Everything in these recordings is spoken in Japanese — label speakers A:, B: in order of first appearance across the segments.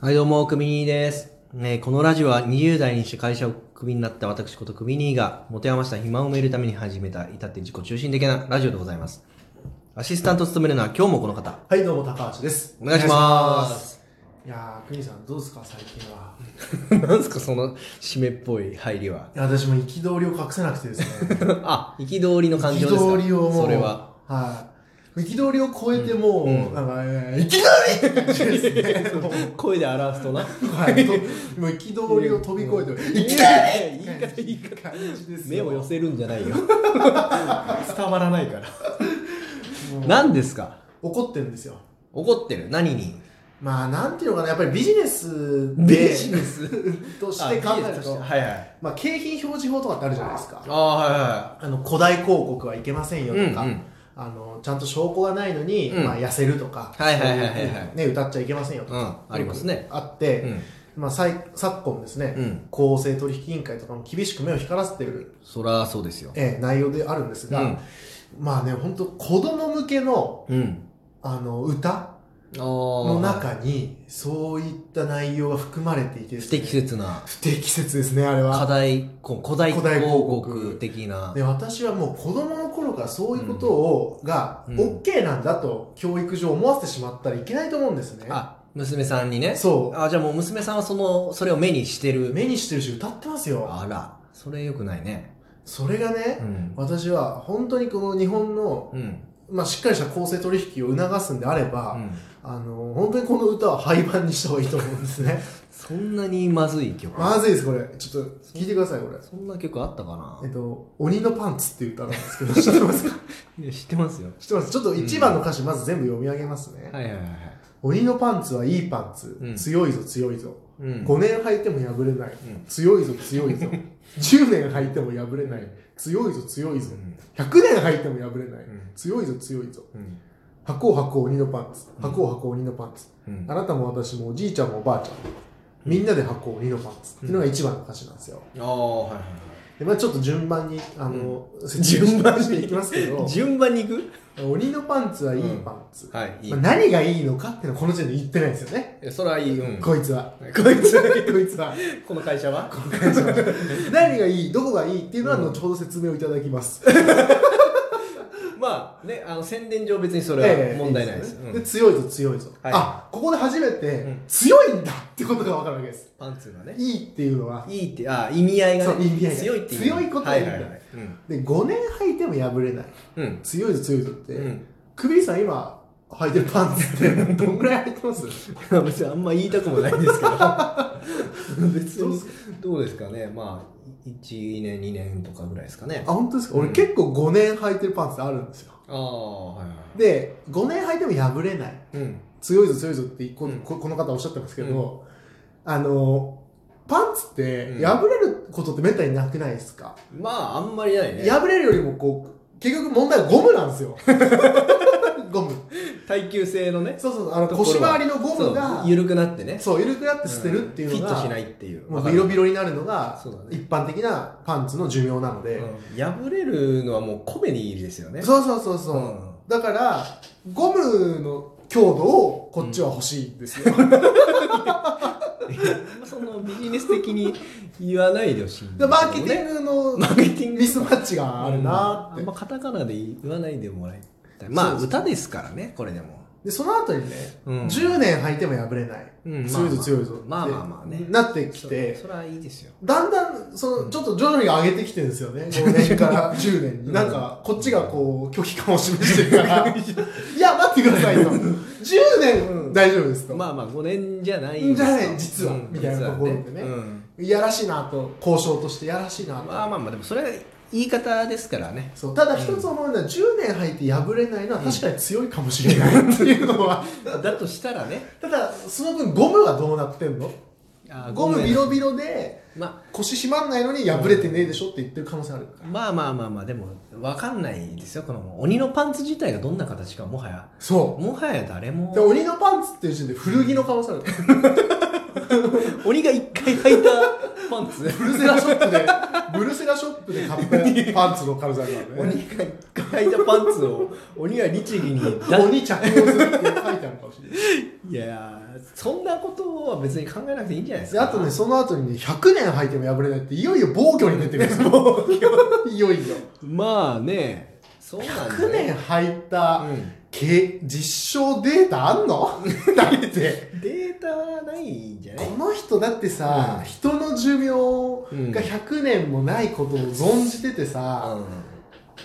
A: はい、どうも、クミニーです。ね、このラジオは20代にして会社をクビになった私ことクミニーが持て余した暇を埋めるために始めた至って自己中心的なラジオでございます。アシスタントを務めるのは今日もこの方。
B: はい、どうも高橋です。
A: お願いします
B: お願いします。いやー、クミさんどうですか最近は。
A: なんすか、その締めっぽい入りは。
B: いや、私も憤りを隠せなくてですね。
A: あ、憤りの 感情ですか
B: 憤りをもう、
A: それは。
B: はい。憤りを超えてもう、
A: うん
B: なんか、えー、憤りって感じですね。もう
A: 声で表すとな。
B: はい、ともう憤りを飛び越えて、
A: い
B: 憤
A: や
B: り
A: いやいや言い方言い方
B: 感じです
A: 目
B: よ
A: を寄せるんじゃないよ。
C: 伝わらないから。
B: もう
A: 何ですか
B: 怒ってるんですよ。
A: 怒ってる何に
B: まあ、なんていうのかな、やっぱりビジネス
A: ネ
B: で、
A: ス
B: と
A: と
B: して考えると、
A: はいはい。
B: まあ、景品表示法とかってあるじゃないですか。
A: ああ、はいは
B: あの古代広告はいけませんよとか、
A: うんうん
B: あのちゃんと証拠がないのに、
A: うん
B: まあ、痩せるとか、
A: はいはいはいはいはい
B: そううね、歌っちゃいけませんよとか、
A: うんありますね
B: あって、
A: うん
B: まあ、さい昨今ですね、
A: うん
B: 公正取引委員会とかも厳しく目を光らせてる、
A: い。そらそうですよ。
B: ええ内容であるんですが、
A: うん
B: まあね本当子供向けの
A: うん。
B: あの歌
A: の
B: の中にそういった内容が含まれていてです
A: 不
B: ね、
A: 適切な
B: 不適切ですねあれは
A: 課題こ古代
B: 古代
A: 広
B: 広告
A: 告的な
B: で私はもう子供の頃からそういうことを、が
A: うん
B: OK なんだと教育上思わせてしまったらいけないと思うんですね、
A: あ娘さんにね
B: そう
A: あじゃあもう娘さんはそのそれを目にしてる
B: 目にしてるし歌ってますよ
A: あらそれよくないね
B: それがね、
A: うん
B: 私は本当にこの日本の、
A: うん
B: まあ、しっかりした公正取引を促すんであれば、
A: うん
B: あの本当にこの歌は廃盤にした方がいいと思うんです ね
A: そんなにまずい曲
B: まずいですこれちょっと聞いてくださいこれ
A: そんな曲あったかな
B: えっと「鬼のパンツ」っていう歌なんですけど 知ってますか
A: いや知ってますよ
B: 知ってますちょっと1番の歌詞まず全部読み上げますね、
A: はいはいはいはい
B: 鬼のパンツはいいパンツ、
A: うん
B: 強いぞ強いぞ、
A: うん
B: 5年履いても破れない、
A: ん
B: 強いぞ 強いぞ10年履いても破れない強いぞ強いぞ、
A: ん
B: 100年履いても破れない、
A: ん
B: 強いぞ強いぞ
A: うん
B: 履こう履こう鬼のパンツ履こう履こう鬼のパンツ、
A: うん
B: あなたも私もおじいちゃんもおばあちゃんもみんなで履こう鬼のパンツ、っていうのが一番の歌詞なんですよ
A: ああはいはい
B: で、まあ、ちょっと順番にあの、 説明していきますけど
A: 順番にいく
B: 鬼のパンツはいいパンツ、
A: はいいい
B: まあ、何がいいのかっていうのはこの時点で言ってないですよね、
A: えそれはいいうん
B: こいつは
A: こいつ
B: こいつは
A: この会社は
B: 何がいいどこがいいっていうのは後ほど説明をいただきます、
A: まあねあの宣伝上別にそれ
B: え
A: は
B: え
A: 問題ないですう
B: ね
A: ん
B: で強いぞ強いぞ、
A: はい
B: あここで初め
A: ん
B: て強いんだってことが分かるわけです、
A: パンツがね
B: いいっていうのはい
A: いってあ意味合いが
B: そう意味合いが
A: 強いっていう
B: 強いこと
A: は
B: はいい
A: い
B: いん
A: は
B: だ
A: いはいうん
B: で5年履いても破れない
A: うん
B: 強いぞ強いぞって、
A: うん
B: クビリさん今履いてるパンツ ってどんぐらい履いてます
A: 別にあんま言いたくもないんですけ ど別にどうですかねまあ1年2年とかぐらいですかね
B: あ本当ですか、
A: う
B: 俺
A: ん
B: 結構5年履いてるパンツってあるんですよ
A: ああはいは
B: で5年履いても破れない
A: いうん
B: 強いぞ強いぞってこ,、
A: うん
B: ここの方おっしゃってますけど、あのパンツって
A: うん
B: 破れることってめったになくないですか、
A: まああんまりないね
B: 破れるよりもこう結局問題はゴムなんです よゴム
A: 耐久性のね
B: そうそうあの
A: ところは
B: 腰回りのゴム
A: そ
B: が
A: う緩くなってね
B: そう緩くなって捨てるっていうの
A: フィッ
B: が、
A: トしないっていう
B: も
A: わ
B: う
A: か
B: ビ
A: る
B: ロビロになるのが
A: そうだね
B: 一般的なパンツの寿命なので、
A: うん破れるのはもうコメディですよね
B: そうそうそうそう、
A: うん
B: だからゴムの強度をこっちは欲しいんですよ、
A: そのビジネス的に言わないでほしいんです
B: で
A: よね、
B: マーケティングの
A: マーケティング
B: ミスマッチがあるなっ
A: う
B: て、
A: んあんまカタカナで言わないでもらいたいまあ
B: そうそう
A: 歌ですからねこれでも
B: でその後にね、
A: うん
B: 10年履いても破れない、
A: うん
B: 強いぞ強いぞ
A: まあまあまあまあね
B: ってなってきて
A: そそれはいいですよ
B: だんだんそのちょっと徐々に上げてきてるんですよ ね5年から10年になんかこっちがこう拒否感を示してるから いや待ってくださいと10年大丈夫ですと、
A: まあまあ5年じゃないです
B: じゃない実はみたいなところでね
A: 実はうん
B: いやらしいなと交渉としてやらしいなと、
A: まあまあまあでもそれは言い方ですからね
B: そうただ一つ思うのは10年履いて破れないのは確かに強いかもしれないっていうのは
A: だとしたらね
B: ただその分ゴムはどうなってんの
A: あー
B: ゴム
A: ごめん
B: ビロビロで
A: ま
B: 腰締まんないのに破れてねえでしょって言ってる可能性ある
A: あまあまあまあまあでも分かんないですよこの鬼のパンツ自体がどんな形かもはや
B: そ
A: もはや誰も
B: で鬼のパンツっていう時点で古着の可能性ある
A: 鬼が一回履いたパンツ。
B: ブルセラショップで、ブルセラショップで買ったパンツの軽さが
A: 鬼
B: ね。
A: が一回履いたパンツを、鬼が律儀に出
B: 鬼着用するって書いてあるかもしれない。
A: いやー、そんなことは別に考えなくていいんじゃないです
B: で
A: か。
B: あとね、その後にね、100年履いても破れないって、いよいよ暴挙に出てるんですよ。いよいよ。
A: まあね、そうなんだ
B: 100年
A: よ
B: 履いた、
A: うん
B: け実証データあんの だって。
A: データはないんじゃな
B: こ
A: い
B: の人だってさ、
A: うん
B: 人の寿命が100年もないことを存じててさ、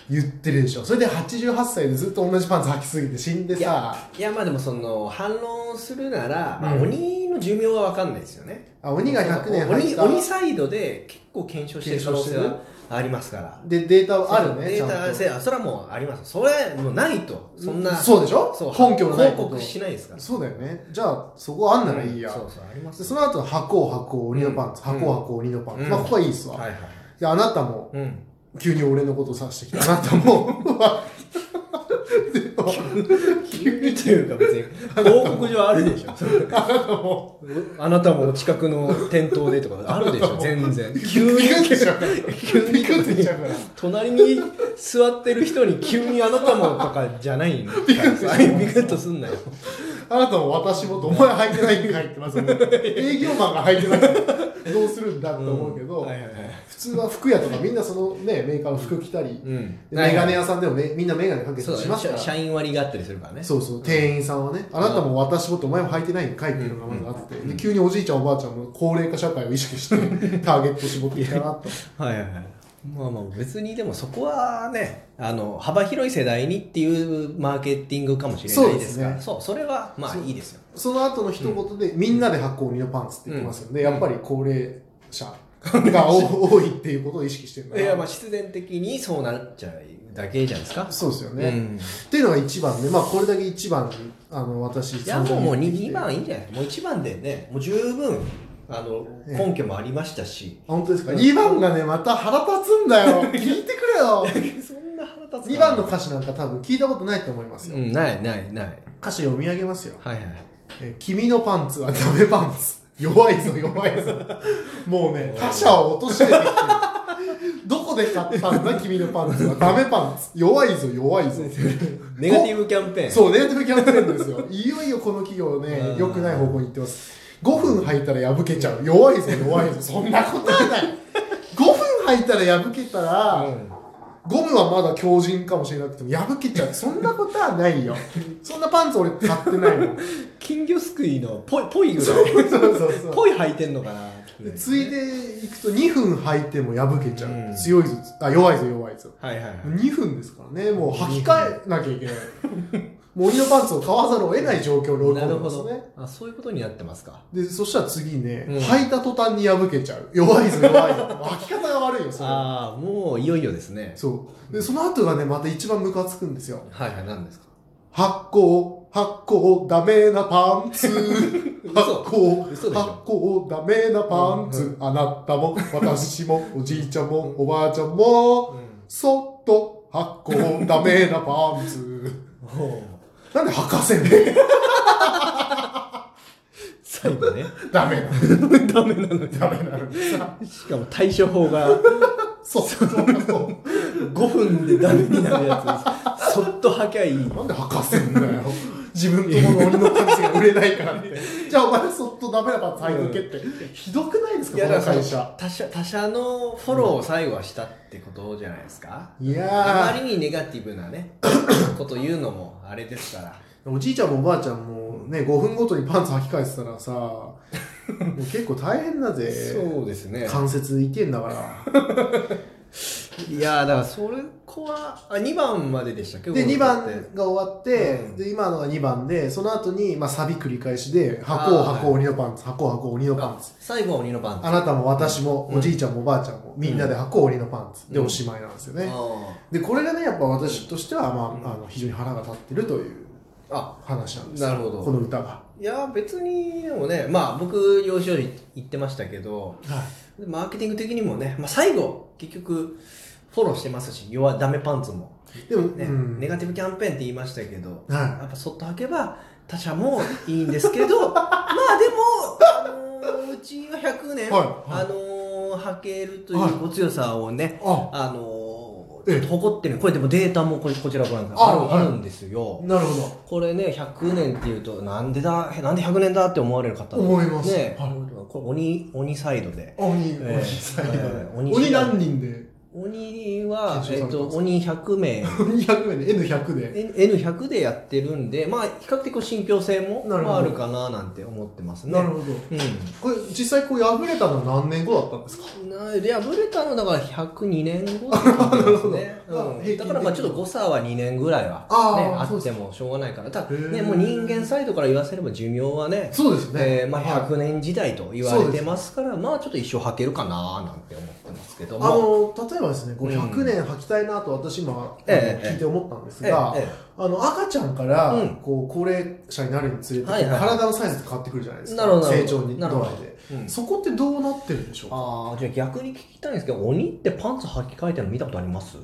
B: 言ってるでしょそれで88歳でずっと同じパンツ履きすぎて死んで
A: いや
B: さ
A: いやまあでもその反論するなら、まあ、
B: うん
A: 鬼の寿命は分かんないですよね
B: あ鬼が100年履
A: 鬼
B: いた
A: 鬼サイドで結構検証してる可能性
B: 検
A: はありますから
B: でデータはあるね
A: デ
B: ちゃ
A: ータ
B: んと
A: 性はそれはもうありますそれもうないとそんな、
B: そうでしょ
A: そう
B: 根拠のない
A: 報
B: こと
A: 告しないですから
B: そうだよねじゃあそこあんならいいや、
A: そうそうあります
B: でその後箱を箱鬼のパンツ、
A: うん
B: 箱を箱鬼のパンツ、
A: うん
B: まあここはいいっすわ、
A: はいはい
B: であなたも
A: うん
B: 急に俺のこと指してきたあなたも
A: 急にというか別に報告上あるでしょ
B: あなたも
A: あなたもお近くの店頭でとかあるでしょ全 然 急に
B: ピクってしちゃうから
A: 急に
B: ピクってしちゃうから
A: 隣に座ってる人に急にあなたもとかじゃないのビクッとすんなよ
B: あなたも私もとお前履いてないんかいってますも ん営業マンが履いてないからどうするんだって思うけど、
A: うんはいはいはい
B: 普通は服屋とかみんなそのねメーカーの服着たり、で
A: うん
B: メガネ屋さんでもめみんなメガネかけて
A: そうだ
B: し
A: ね
B: ますから
A: 社社員割があったりするからね
B: そうそう店員さんはねあなたも私もとお前も履いてないんかいっていうのがまずあって、で急におじいちゃんおばあちゃんも高齢化社会を意識してターゲット絞ってきたなと
A: はいはいはいまあまあ別にでもそこはねあの幅広い世代にっていうマーケティングかもしれないですから
B: そうですね
A: そう,、それはまあ
B: そう
A: いいですよ
B: その後の一言で、みんなで発行鬼のパンツって言ってますよね、やっぱり高齢者が多多いっていうことを意識してるん
A: い
B: だな
A: やまあ必然的にそうなっちゃうだけじゃないですか
B: そうですよね、
A: うん
B: っていうのが一番で、まあ、これだけ一番あの私
A: いやもうもう
B: 参考に
A: 2,
B: 持ってきて
A: 番いいんじゃないもう1番でねもう十分あの
B: ええ
A: 根拠もありましたし、
B: あ本当ですか、
A: うん
B: 2番がねまた腹立つんだ よ聞いてくれよ
A: そんな腹立つ
B: 2番の歌詞なんか多分聞いたことないと思いますよ、
A: うんないないない
B: 歌詞読み上げますよ
A: はいはい
B: えー君のパンツはダメパンツ。弱いぞ、弱いぞ。もう ね、他者を落としててきてる。どこで買ったんだ、君のパンツは。ダメパンツ。弱いぞ、弱いぞ。
A: ネガティブキャンペーン
B: そう、ネガティブキャンペーンです よ。いよいよこの企業
A: う
B: ね
A: ん、
B: 良くない方向に行ってます。5分履いたら破けちゃう。弱いぞ、弱いぞ。 そんなことはない。5分履いたら破けたら、
A: うん
B: ゴムはまだ強靭かもしれなくても破けちゃう。そんなことはないよ。そんなパンツ俺買ってないもん。
A: 金魚すくいのぽいぽいぐらい
B: そうそうそう。
A: ぽい履いてんのかな
B: でついでいくと2分履いても破けちゃう、
A: うん
B: 強いぞあ弱いぞ弱いぞ
A: はいはいはい
B: 2分ですからねもう履き替えなきゃいけ ないもう鬼のパンツを買わざるを得ない状況に追い込
A: なん
B: で
A: るほ
B: ますね
A: どあそういうことになってますか
B: でそしたら次ね、
A: うん
B: 履いた途端に破けちゃう弱いぞ弱 いぞ履き方が悪いよそれ
A: ああもういよいよですね
B: そうでその後がねまた一番ムカつくんですよ
A: はいはい何ですか
B: 発酵発酵ダメなパンツ発
A: 嘘
B: 酵
A: 嘘でしょ
B: 発酵ダメなパンツ、あなたも私 もおじいちゃんもおばあちゃんもそっと発酵ダメなパンツなんで博士ね
A: 最後ね
B: ダメな
A: ダメなのに
B: ダメなのにさ
A: しかも対処法が
B: そっと
A: 5分でダメになるやつですそっと履きゃいい
B: なんで博士んだよ自分とこの俺のパンツが売れないからって じゃあお前そっとダメなパンツ履いとけって、ひどくないですかこの会社
A: 他社他社のフォローを最後はしたってことじゃないですか、
B: いやー
A: あまりにネガティブなねこと言うのもあれですから
B: おじいちゃんもおばあちゃんもね、5分ごとにパンツ履き替えてたら さ、もう結構大変だぜ。
A: そうですね
B: 関節いてんだから。
A: いやーだからそれこはあ2番まででしたっけ
B: で、
A: この
B: 2番
A: 歌って
B: が終わって、
A: うん
B: で、今のが2番で、その後に、まあ、サビ繰り返しで、箱を
A: あー
B: 箱を鬼のパンツ、箱を箱を鬼のパンツ。
A: 最後は鬼の番
B: あなたも私も、
A: うん
B: おじいちゃんもおばあちゃんも、みんなで箱を鬼のパンツ。で、
A: うん
B: おしまいなんですよ
A: あ
B: ね。で、これがね、やっぱ私としては、まあ、あの非常に腹が立ってるという
A: ーあ
B: 話なんですよ
A: なるほど
B: この歌が。
A: いやー別にでもねまあ僕幼少時言ってましたけどマーケティング的にもね、まあ、最後結局フォローしてますし弱ダメパンツも
B: でも、
A: ね
B: うん
A: ネガティブキャンペーンって言いましたけど、
B: はい
A: や っぱそっと履けば他社もいいんですけどまあでも、あのーうちは100年、
B: はい
A: あのー、履けるというご強さをね、
B: あ、
A: あのー、ち
B: ええ
A: ょっと誇ってる、これでもデータもここちらご覧ください。
B: あ
A: ある,、
B: はい
A: あるんですよ。
B: なるほ
A: これね、100年っていうと、なんでだ、なんで100年だって思われる方
B: ど。思います。
A: ね、
B: はい
A: これ鬼、鬼サイドで。
B: 鬼、
A: ええ
B: 鬼サイド
A: ええ
B: 鬼
A: 鬼
B: 何人で
A: 鬼は、え
B: 検証
A: っ
B: されて
A: と、
B: ます
A: 鬼100名、
B: 鬼100名で N100 で
A: N- N100 でやってるんで、まあ、比較的こう信憑性も
B: なる
A: ま
B: ほど
A: ああるかななんて思ってますね。
B: なるほ
A: う
B: ど
A: ん
B: これ実際こう破れたのは何年後だったんですか
A: なで破れたのだから102年後ってことですね
B: なるほど
A: うん、だ からまあちょっと誤差は2年ぐらいは、ね、
B: あー
A: あ
B: そうで
A: っ
B: す
A: てもしょうがないからただ、
B: へ
A: ね、
B: ー
A: もう人間サイドから言わせれば寿命はね
B: そうですね、
A: えーまあ、
B: はい
A: 100年時代と言われてますから、まあちょっと一生履けるかななんて思ってますけども
B: あの例えばですねこう
A: うん
B: 100年履きたいなと私今、
A: ええ
B: 聞いて思ったんです
A: ええ
B: が、
A: え
B: あの赤ちゃんから、
A: うん
B: こう高齢者になるにつれて、
A: はいはい
B: 体のサイズって変わってくるじゃないですか
A: なるほどなる
B: 成
A: ほど
B: 長に
A: なるほど
B: 度合いで、
A: えうん
B: そこってどうなってるんでしょうか
A: あーじゃあ逆に聞きたいんですけど鬼ってパンツ履き替えてるの見たことあります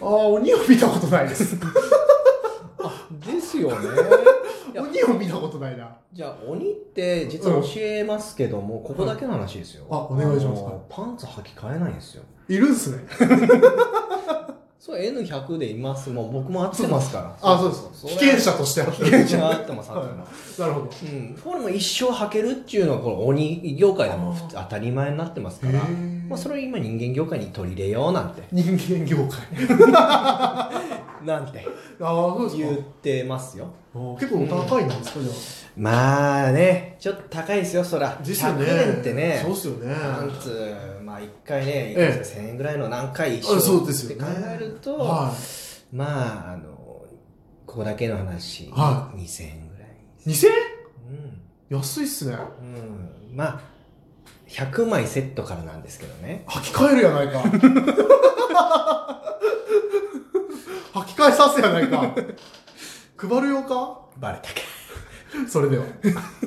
B: ああ鬼を見たことないです
A: ですよねいや
B: 鬼を見たことないな
A: じゃあ鬼って実は教えますけども、ここだけの話ですよ、
B: あお願いします
A: あのパンツ履き替えないんですよ
B: いるんすね
A: そう N100 でいますもう僕も合ってますから
B: あそうです
A: れ
B: 危険者としてあっ
A: 危険者合ってます合って
B: は
A: ます
B: いなるほど
A: うん、これも一生履けるっていうのはこの鬼業界でも
B: あー
A: 当たり前になってますか
B: へ
A: ら、
B: ー
A: まあ、それを今人間業界に取り入れようなんて
B: 人間業界
A: なんて
B: ああそうですか
A: 言ってますよ
B: あー結構お高いんですか、じゃ
A: まあねちょっと高いですよそら
B: あですよね
A: 100円ってね
B: そうですよね
A: なんつうまあ1回ね、
B: ええ
A: 1000円ぐらいの何回一
B: あ
A: 緒
B: そうですよ
A: っ
B: ね
A: て考えると、
B: は
A: まああのここだけの話、
B: は
A: 2000円ぐらい
B: い2000
A: う
B: 円安いっすね
A: ん、うん、まあ100枚セットからなんですけどね
B: 履き替えるやないか 履き替えさすやないか配るようか
A: バレたか
B: それでは